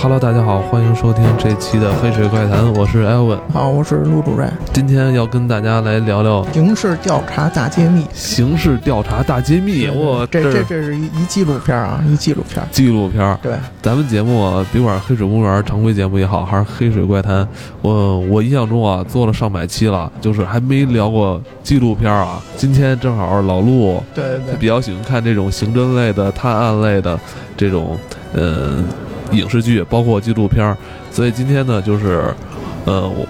Hello，大家好，欢迎收听这期的《黑水怪谈》，我是艾文，好，啊我是陆主任。今天要跟大家来聊聊刑事调查大揭秘，刑事调查大揭秘。哎我这这这是这是一一纪录片啊，一纪录片。纪录片儿，对，咱们节目啊，别管《黑水公园》常规节目也好，还是《黑水怪谈》，我我印象中啊，做了上百期了，就是还没聊过纪录片儿啊。今天正好老陆对对比较喜欢看这种刑侦类的、探案类的这种呃影视剧，包括纪录片儿。所以今天呢，就是呃，我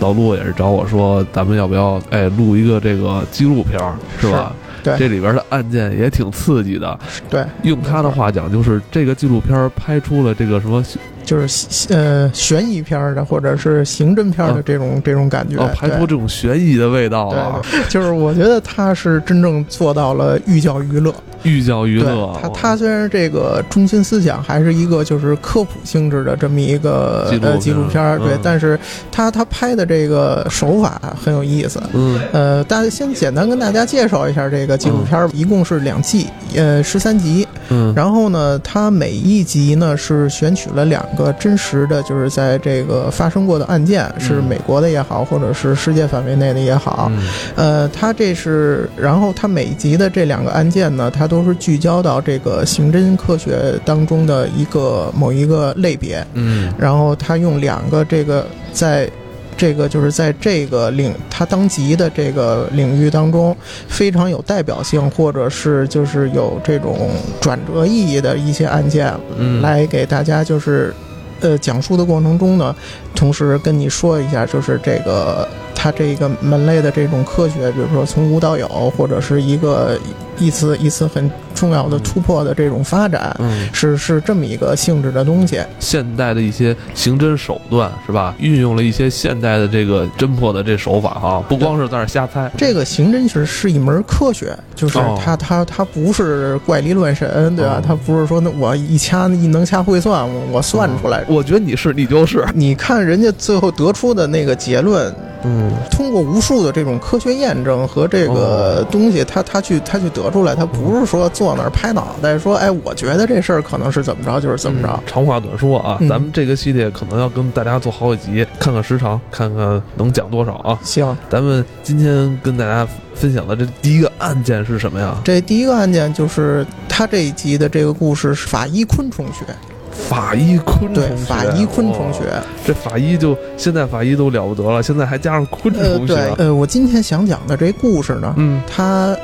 老陆也是找我说，咱们要不要哎录一个这个纪录片儿，是吧？对这里边的案件也挺刺激的。对用他的话讲，就是这个纪录片儿拍出了这个什么对，就是西呃悬疑片儿的或者是刑侦片儿的啊这种、这种感觉。哦，拍出对这种悬疑的味道啊，对，对就是我觉得他是真正做到了寓教于乐。寓教于对乐。啊哦他他虽然这个中心思想还是一个就是科普性质的这么一个纪录呃片纪录片儿，对嗯，但是他他拍的这个手法很有意思。嗯呃，大家先简单跟大家介绍一下这个纪录片，儿，一共是两季，呃，十三集。嗯，然后呢，它每一集呢是选取了两个真实的，就是在这个发生过的案件，是美国的也好，或者是世界范围内的也好。嗯呃，它这是，然后它每一集的这两个案件呢，它都是聚焦到这个刑侦科学当中的一个某一个类别。嗯然后他用两个这个在。这个就是在这个领他当即的这个领域当中非常有代表性，或者是就是有这种转折意义的一些案件，嗯，来给大家就是，呃，讲述的过程中呢，同时跟你说一下，就是这个它这个门类的这种科学，比如说从无到有，或者是一个一次一次很重要的突破的这种发展，嗯。是是这么一个性质的东西。现代的一些刑侦手段是吧？运用了一些现代的这个侦破的这手法哈，不光是在那儿瞎猜。这个刑侦是是一门科学，就是哦它它它不是怪力乱神，对吧哦？它不是说那我一掐一能掐会算，我我算出来。我觉得你是你就是，你看人家最后得出的那个结论，嗯通过无数的这种科学验证和这哦个东西，他他去他去得出来，他不是说坐那儿拍脑袋说，哎，我觉得这事儿可能是怎么着就是怎么着。长话短说啊，嗯咱们这个系列可能要跟大家做好几集，看看时长，看看能讲多少啊。行，咱们今天跟大家分享的这第一个案件是什么呀？这第一个案件就是他这一集的这个故事是法医昆虫学，法医昆虫对，学哦法医昆虫学。哇这法医就现在法医都了不得了，现在还加上昆呃，虫学，对，呃，我今天想讲的这故事呢，啊嗯它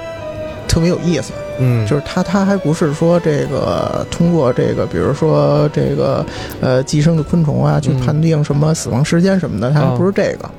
特别有意思，嗯，就是它它还不是说这个通过这个，比如说这个呃寄生的昆虫啊，去嗯判定什么死亡时间什么的，它啊还不是这个。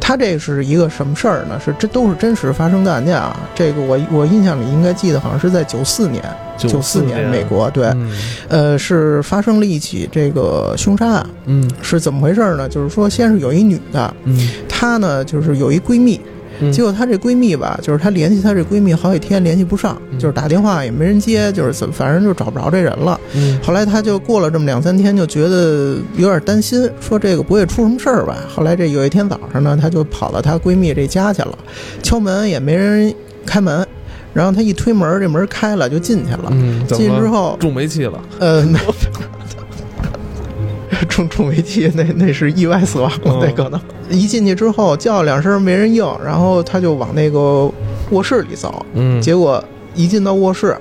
它这是一个什么事儿呢？是这都是真实发生的案件啊。这个我我印象里应该记得好像是在九四年，九四四年美国对，嗯呃是发生了一起这个凶杀案，嗯是怎么回事呢？就是说先是有一女的，嗯她呢就是有一闺蜜，嗯，结果她这闺蜜吧，就是她联系她这闺蜜好几天联系不上嗯，就是打电话也没人接，就是怎反正就找不着这人了。嗯后来她就过了这么两三天，就觉得有点担心，说这个不会出什么事儿吧？后来这有一天早上呢，她就跑到她闺蜜这家去了，敲门也没人开门，然后她一推门，这门开了就进去了。嗯，怎么进去了之后，中煤气了，呃，没重重危机，那那是意外死亡，嗯那可能。一进去之后叫两声没人应，然后他就往那个卧室里走，嗯结果一进到卧室，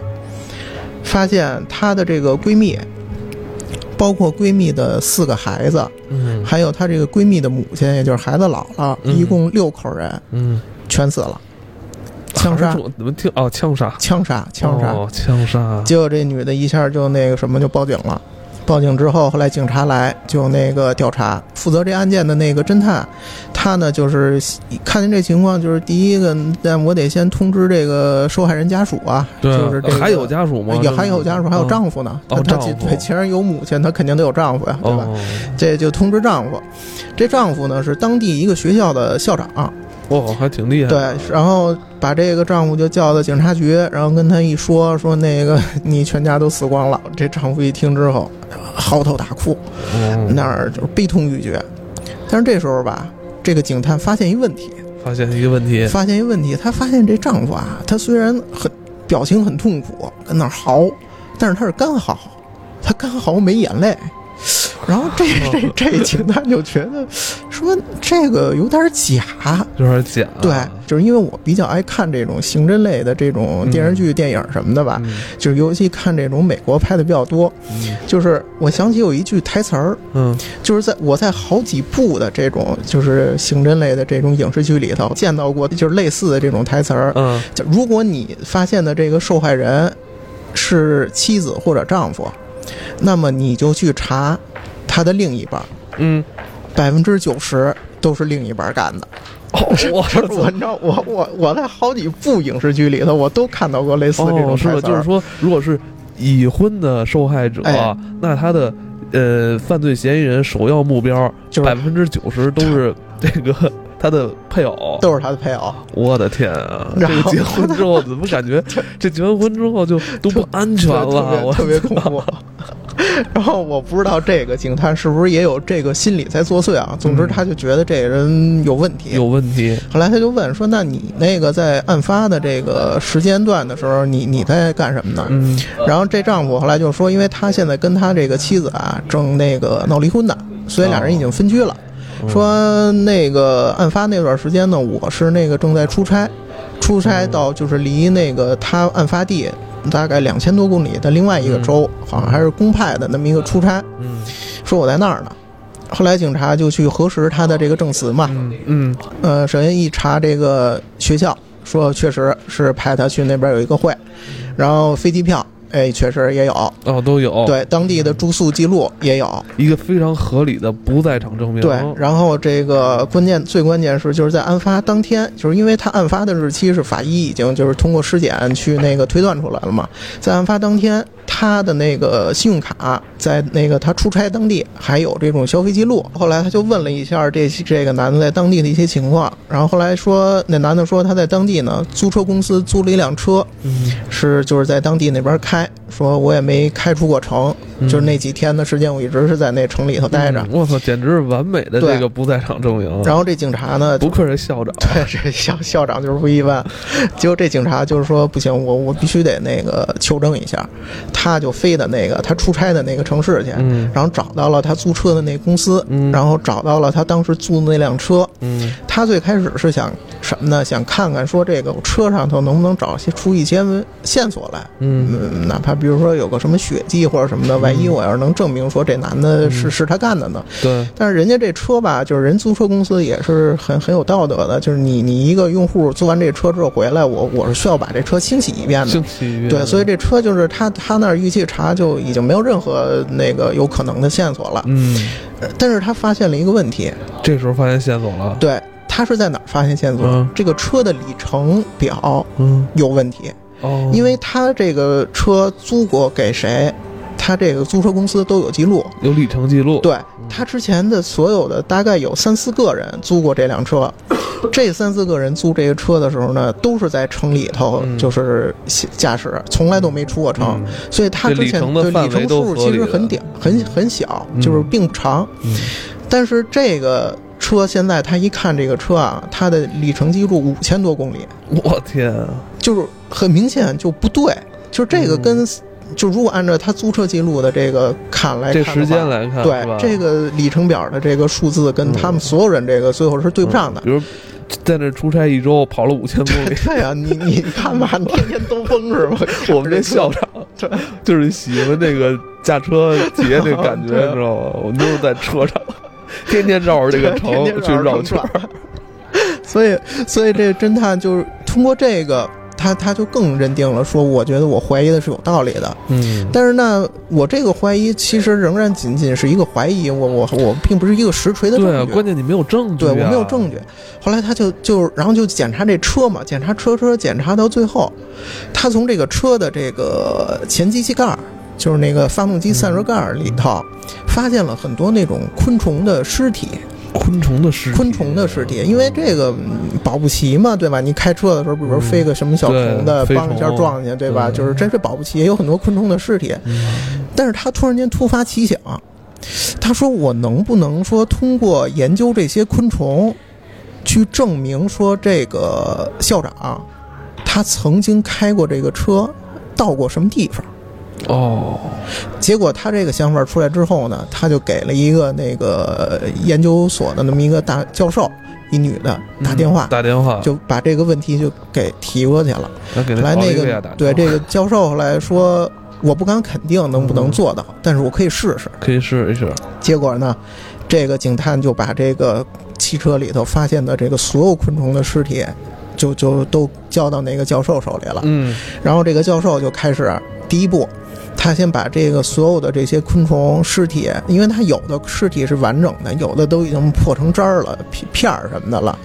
发现她的这个闺蜜，包括闺蜜的四个孩子，嗯还有她这个闺蜜的母亲，也就是孩子姥姥，嗯一共六口人嗯，全死了，枪杀还是，中怎么听？哦，枪杀，枪杀，枪杀。哦，枪杀，结果这女的一下就那个什么就报警了，报警之后，后来警察来就那个调查，负责这案件的那个侦探，他呢就是看见这情况，就是第一个，但我得先通知这个受害人家属啊，对啊，就是这个还有家属吗？也还有家属，还有丈夫呢，哦他丈夫对，既然有母亲，他肯定得有丈夫呀、夫对吧？哦这就通知丈夫，这丈夫呢是当地一个学校的校长，哦，还挺厉害，对，然后把这个丈夫就叫到警察局，然后跟他一说，说那个 你全家都死光了。这丈夫一听之后，嚎啕大哭，哦，那儿就是悲痛欲绝。但是这时候吧，这个警探发现一问题，发现一个问题，发现一问题，他发现这丈夫啊，他虽然很表情很痛苦，跟那儿嚎，但是他是干嚎，他干嚎没眼泪。然后这这 这警探就觉得说这个有点假，有点假。对，就是因为我比较爱看这种刑侦类的这种电视剧、电影什么的吧，嗯就是尤其看这种美国拍的比较多。就是我想起有一句台词儿，嗯就是在我在好几部的这种就是刑侦类的这种影视剧里头见到过，就是类似的这种台词儿。嗯就如果你发现的这个受害人是妻子或者丈夫，那么你就去查他的另一半， 嗯，百分之九十都是另一半干的。哦，我就 是我，你知道，我我我在好几部影视剧里头，我都看到过类似这哦，种是台的，词儿、就是说，如果是已婚的受害者，哎那他的呃犯罪嫌疑人首要目标就是百分之九十都 是这个他的配偶。都是他的配偶。我的天啊！这然个后结婚之后怎么感觉这结完婚之后就都不安全了？对我特别特别恐怖。 然后我不知道这个警探是不是也有这个心理在作祟啊？总之，他就觉得这人有问题。嗯有问题。后来他就问说：“那你那个在案发的这个时间段的时候，你你在干什么呢？”嗯然后这丈夫后来就说：“因为他现在跟他这个妻子啊正那个闹离婚呢，所以俩人已经分居了。说那个案发那段时间呢，我是那个正在出差，出差嗯到就是离那个他案发地大概两千多公里的另外一个州，好像还是公派的那么一个出差。嗯说我在那儿呢。”后来警察就去核实他的这个证词嘛，嗯呃，首先一查这个学校，说确实是派他去那边有一个会，然后飞机票，哎，确实也有，哦都有，对，当地的住宿记录也有，一个非常合理的不在场证明。对，哦然后这个关键最关键是就是在案发当天，就是因为他案发的日期是法医已经就是通过尸检去那个推断出来了嘛，在案发当天，他的那个信用卡在那个他出差当地还有这种消费记录。后来他就问了一下这这个男的在当地的一些情况，然后后来说那男的说他在当地呢租车公司租了一辆车，嗯是就是在当地那边开，说我也没开出过城，就是那几天的时间我一直是在那城里头待着嗯。我操，简直是完美的对这个不在场证明啊。然后这警察呢，不愧是校长， 对，这校校长就是不一般。结果这警察就是说不行，我我必须得那个求证一下。他就飞的那个他出差的那个城市去，嗯然后找到了他租车的那公司，嗯然后找到了他当时租的那辆车。嗯他最开始是想什么呢？想看看说这个车上头能不能找些出一些线索来。嗯嗯，哪怕比如说有个什么血迹或者什么的，万一我要是能证明说这男的嗯是、是他干的呢？对，但是人家这车吧，就是人租车公司也是很很有道德的，就是你你一个用户租完这车之后回来，我我是需要把这车清洗一遍的性。起对，所以以这车就是他他那儿预计查就已经没有任何那个有可能的线索了。嗯，呃但是他发现了一个问题，这时候发现线索了，对他是在哪儿发现线索？嗯这个车的里程表嗯有问题，哦，因为他这个车租过给谁，他这个租车公司都有记录。有里程记录，对他之前的所有的大概有三四个人租过这辆车，这三四个人租这个车的时候呢，都是在城里头嗯就是驾驶，从来都没出过城，嗯所以他之这里前程的对范里围程都数合其理实的很点很很小，嗯就是并长。嗯但是这个车现在他一看这个车啊，它的里程记录五千多公里，我天啊，就是很明显就不对，就这嗯个跟、就如果按照他租车记录的这个看来看这的话，时间来看，嗯是吧嗯对这个里程表的这个数字跟他们所有人这个最后是对不上的。，比如在那出差一周，跑了五千公里 对啊，你你 看吧，你天天兜风是吧？我们这校长对就是喜欢这个驾车节这感觉，对你知道吗？我们都是在车上，天天绕 着这个城天天去绕圈圈。 所以，所以这侦探就是通过这个，他他就更认定了说，我觉得我怀疑的是有道理的。嗯，但是呢，我这个怀疑其实仍然仅仅是一个怀疑，我我我并不是一个实锤的证对啊，据。关键你没有证据、对啊，我没有证据。后来他就就然后就检查这车嘛，检查车车检查到最后，他从这个车的这个前机器盖儿，就是那个发动机散热盖儿里头，嗯发现了很多那种昆虫的尸体，昆虫的尸体，昆虫的尸体，因为这个嗯保不齐嘛，对吧？你开车的时候，比如说嗯飞个什么小虫对的，飞帮一下虫撞见，对吧？嗯就是真是保不齐，也有很多昆虫的尸体。但是他突然间突发奇想，他说：“我能不能说通过研究这些昆虫，去证明说这个校长他曾经开过这个车，到过什么地方？”哦，结果他这个想法出来之后呢，他就给了一个那个研究所的那么一个大教授，一女的打电话嗯，打电话，就把这个问题就给提过去了。他给后来奥那利维亚个打电话对这个教授后来说，我不敢肯定能不嗯能做到，但是我可以试试。可以试一试，结果呢，这个警探就把这个汽车里头发现的这个所有昆虫的尸体，就就都交到那个教授手里了。嗯然后这个教授就开始第一步，他先把这个所有的这些昆虫尸体，因为他有的尸体是完整的，有的都已经破成渣儿了、片片儿什么的了，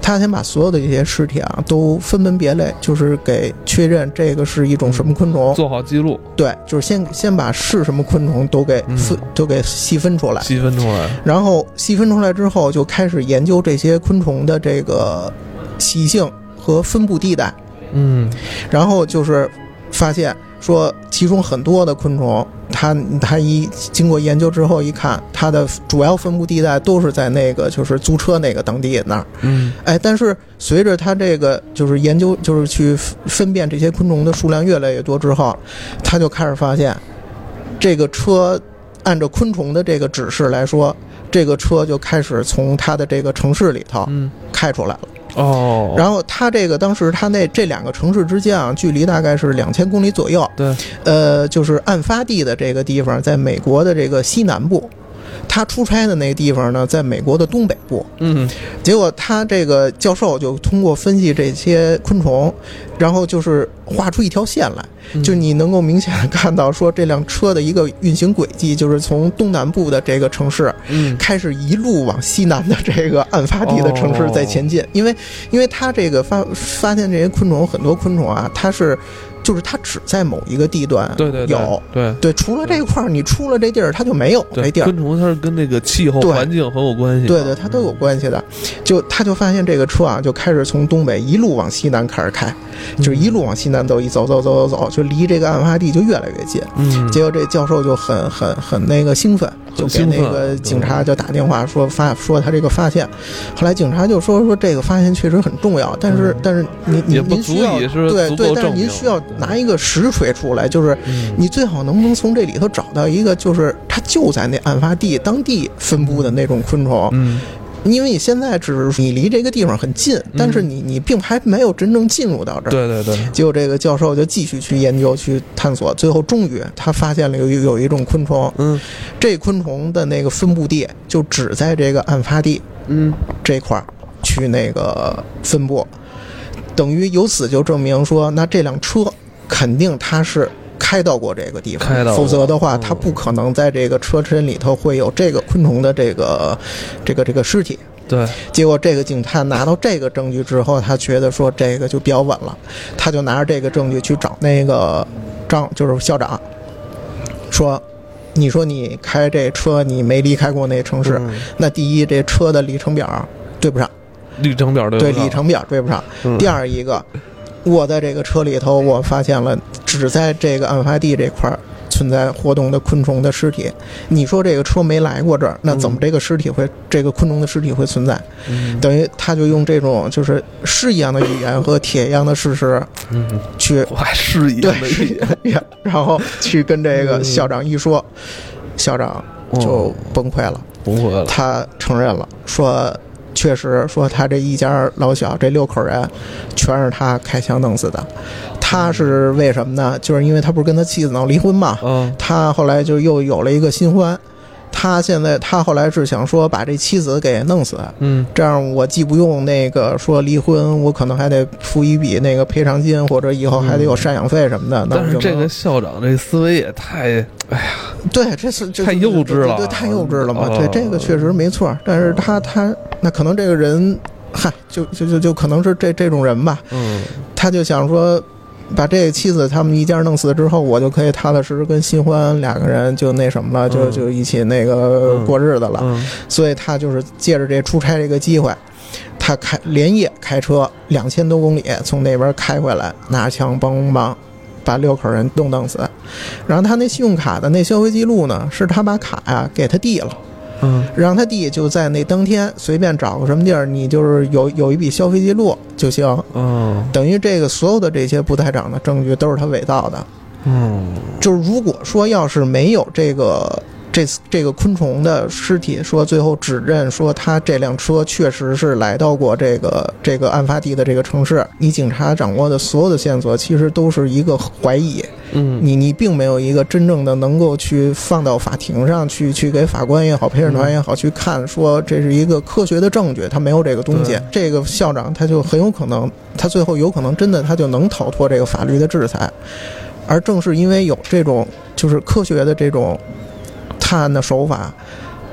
他先把所有的这些尸体啊都分门别类，就是给确认这个是一种什么昆虫。做好记录，对，就是先先把是什么昆虫都给分、都给细分出来，细分出来，然后细分出来之后，就开始研究这些昆虫的这个习性和分布地带，嗯，然后就是发现说，其中很多的昆虫，它它一经过研究之后一看，它的主要分布地带都是在那个就是租车那个等地那儿。嗯，哎，但是随着它这个就是研究，就是去分分辨这些昆虫的数量越来越多之后，他就开始发现，这个车按照昆虫的这个指示来说，这个车就开始从它的这个城市里头嗯，开出来了。哦，然后它这个当时它那这两个城市之间啊，距离大概是两千公里左右。对，呃，就是案发地的这个地方，在美国的这个西南部。他出差的那个地方呢，在美国的东北部。嗯，结果他这个教授就通过分析这些昆虫，然后就是画出一条线嗯来，就你能够明显的看到说这辆车的一个运行轨迹，就是从东南部的这个城市嗯，开始一路往西南的这个案发地的城市在前哦进，因为因为它这个发发现这些昆虫很多昆虫啊，它是就是它只在某一个地段对对对有，对。对，除了这块儿，你出了这地儿，它就没有对这地儿。昆虫它是跟那个气候对环境很有关系嘛，对对，它都有关系的。就他就发现这个车啊，就开始从东北一路往西南开始开，嗯就是一路往西南走，一走走走走走，就离这个案发地就越来越近。嗯，结果这教授就很很很那个兴奋，就给那很兴个奋警察就打电话说发说他这个发现，后来警察就说说这个发现确实很重要，但是但是您嗯也您不您足需要以是对足对够，但是证明您需要对拿一个实锤出来，就是嗯你最好能不能从这里头找到一个就是它就在那案发地当地分布的那种昆虫，嗯因为你现在只是你离这个地方很近，但是你你并还没有真正进入到这儿。对对对，结果这个教授就继续去研究、去探索，最后终于他发现了有有一种昆虫，嗯这昆虫的那个分布地就只在这个案发地嗯，这块儿去那个分布，等于由此就证明说，那这辆车肯定它是。开到过这个地开方，到过否则的话，嗯它不可能在这个车身里头会有这个昆虫的这个、这个、这个尸体。对，结果这个警探拿到这个证据之后，他觉得说这个就比较稳了，他就拿着这个证据去找那个张，就是校长，说。你说你开这车，你没离开过那城市，嗯那第一，这车的里程表对不上，里程表对对不上里程表对不上。嗯第二一个，我在这个车里头，我发现了只在这个案发地这块儿存在活动的昆虫的尸体。你说这个车没来过这儿，那怎么这个尸体会、这个昆虫的尸体会存在？嗯等于他就用这种就是诗一样的语言和铁一样的事实嗯，去我还是一对样的是一样的语言， 然后去跟这个校长一说，校长就哦崩溃了，不会了，他承认了，说确实说他这一家老小这六口人全是他开枪弄死的，他是为什么呢？就是因为他不是跟他妻子闹离婚嘛，嗯他后来就又有了一个新欢。他现在，他后来是想说把这妻子给弄死，嗯这样我既不用那个说离婚，我可能还得付一笔那个赔偿金，或者以后还得有赡养费什么的。那我嗯但是就这能个校长这思维也太，哎呀，对，这是这太幼稚了对，对太幼稚了嘛。哦对，这个确实没错。但是他他那可能这个人，嗨，就就就就可能是这这种人吧，嗯，他就想说。把这个妻子他们一家弄死之后，我就可以踏踏实实跟新欢两个人就那什么了，嗯就就一起那个嗯过日子了。嗯所以他就是借着这出差这个机会，他开连夜开车两千多公里从那边开回来，拿枪梆梆梆，把六口人都弄死。然后他那信用卡的那消费记录呢，是他把卡呀、给他弟了，嗯让他弟就在那当天随便找个什么地儿，你就是有有一笔消费记录就行。嗯，等于这个所有的这些不在场的证据都是他伪造的，嗯就是如果说要是没有这个这这个昆虫的尸体，说最后指认说他这辆车确实是来到过这个这个案发地的这个城市，你警察掌握的所有的线索其实都是一个怀疑，嗯你你并没有一个真正的能够去放到法庭上去去给法官也好，陪审团也好去看，说这是一个科学的证据，他没有这个东西对。这个校长他就很有可能，他最后有可能真的他就能逃脱这个法律的制裁。而正是因为有这种就是科学的这种探案的手法。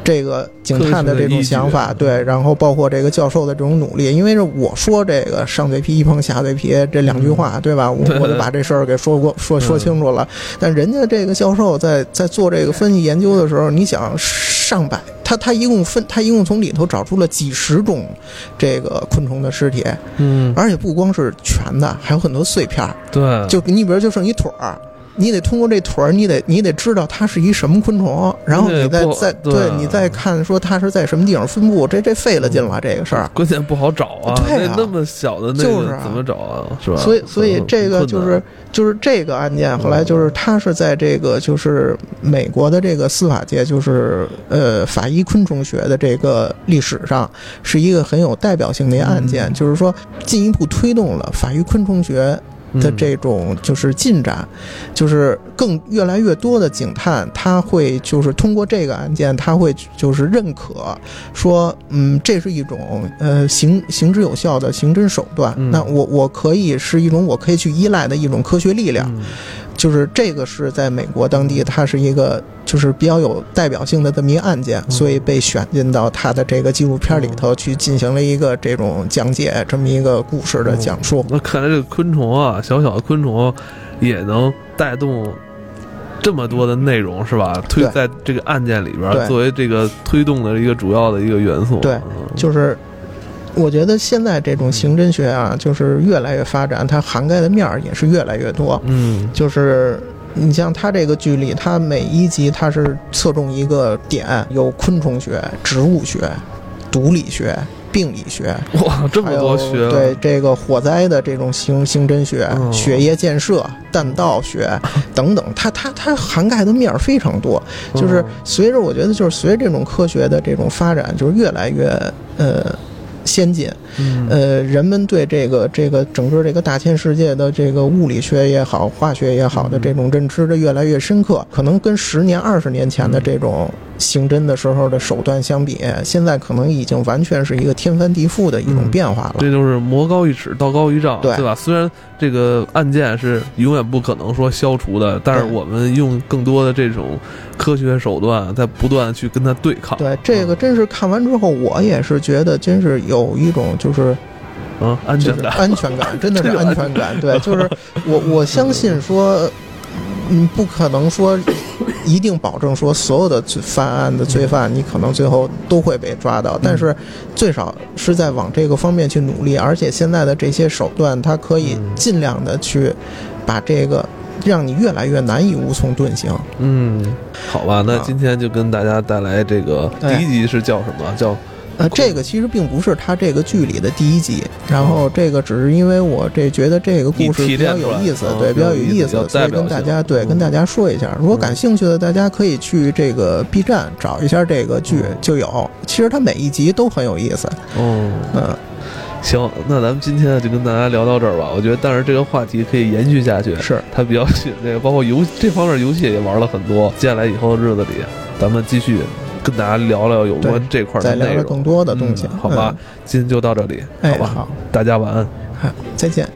这个警探的科学这的种依据想法，对，然后包括这个教授的这种努力，因为是我说这个上嘴皮一碰下嘴皮这两句话，对吧？我嗯对我就把这事儿给说过说说嗯清楚了，但人家这个教授在在做这个分析研究的时候，你想上百，他他一共分他一共从里头找出了几十种这个昆虫的尸体，嗯，而且不光是全的，还有很多碎片儿。对，就你比如就剩一腿儿。你得通过这腿儿，你得你得知道它是一什么昆虫，然后你得你再过再对嗯对你再看说它是在什么地方分布，这这费了劲了这个事儿。关键不好找啊，对啊那那么小的那就个是啊怎么找啊？是吧？所以，所以很这个很就困是难嗯就是这个案件，后来就是他是在这个就是美国的这个司法界，就是呃法医昆虫学的这个历史上是一个很有代表性的一个案嗯件，就是说进一步推动了法医昆虫学的嗯这种就是进展，就是更越来越多的警探他会就是通过这个案件，他会就是认可说，嗯，这是一种呃行行之有效的刑侦手段。嗯那我我可以是一种我可以去依赖的一种科学力量，嗯就是这个是在美国当地，它是一个就是比较有代表性的这么一个案件，嗯所以被选进到他的这个纪录片里头去进行了一个这种讲解，这么一个故事嗯的讲述。那看来这个昆虫啊，小小的昆虫也能带动这么多的内容，是吧？推对在这个案件里边儿对作为这个推动的一个主要的一个元素。对嗯，就是我觉得现在这种刑侦学啊，就是越来越发展，它涵盖的面儿也是越来越多。嗯就是你像它这个剧里，它每一集它是侧重一个点，有昆虫学、植物学、毒理学、病理学，哇，这么还有多学啊问，对这个火灾的这种刑刑侦学、嗯血液建设、弹 道学等等，它它它涵盖的面儿非常多。嗯就是随着我觉得，就是随着这种科学的这种发展，就是越来越呃先进，嗯呃，人们对这个这个整个这个大千世界的这个物理学也好、化学也好的嗯这种认知的越来越深刻，可能跟十年、二十年前的这种刑侦的时候的手段相比，现在可能已经完全是一个天翻地覆的一种嗯变化了。这就是魔高一尺，道高一丈，对对吧？虽然这个案件是永远不可能说消除的，但是对我们用更多的这种科学手段，在不断地去跟它对抗。对，这个真是看完之后，我也是觉得真是有一种就是嗯，安就全是感。安全感，真的是这个安全感。对，就是我我相信说，嗯，不可能说一定保证说所有的罪犯案的罪犯，你可能最后都会被抓到，但是最少是在往这个方面去努力，而且现在的这些手段，它可以嗯尽量的去把这个让你越来越难以无从遁形。嗯，好吧，那啊今天就跟大家带来这个对第一集是叫什么？叫呃，这个其实并不是它这个剧里的第一集，然后这个只是因为我这觉得这个故事你提比较炼出有来意思嗯，对，比较有比较有意意思比较思，所代以表跟大家性对嗯跟大家说一下。如果感兴趣的，大家可以去这个 B 站找一下这个剧嗯就有。其实它每一集都很有意思，哦，嗯，行，那咱们今天就跟大家聊到这儿吧。我觉得，但是这个话题可以延续下去，是它比较紧这个，包括游戏这方面游戏也玩了很多。接下来以后的日子里，咱们继续跟大家聊聊有关这块儿再的聊内聊容嗯更多的东西，嗯好吧？今天就到这里，嗯？好哎，吧？好，大家晚安。好，再见。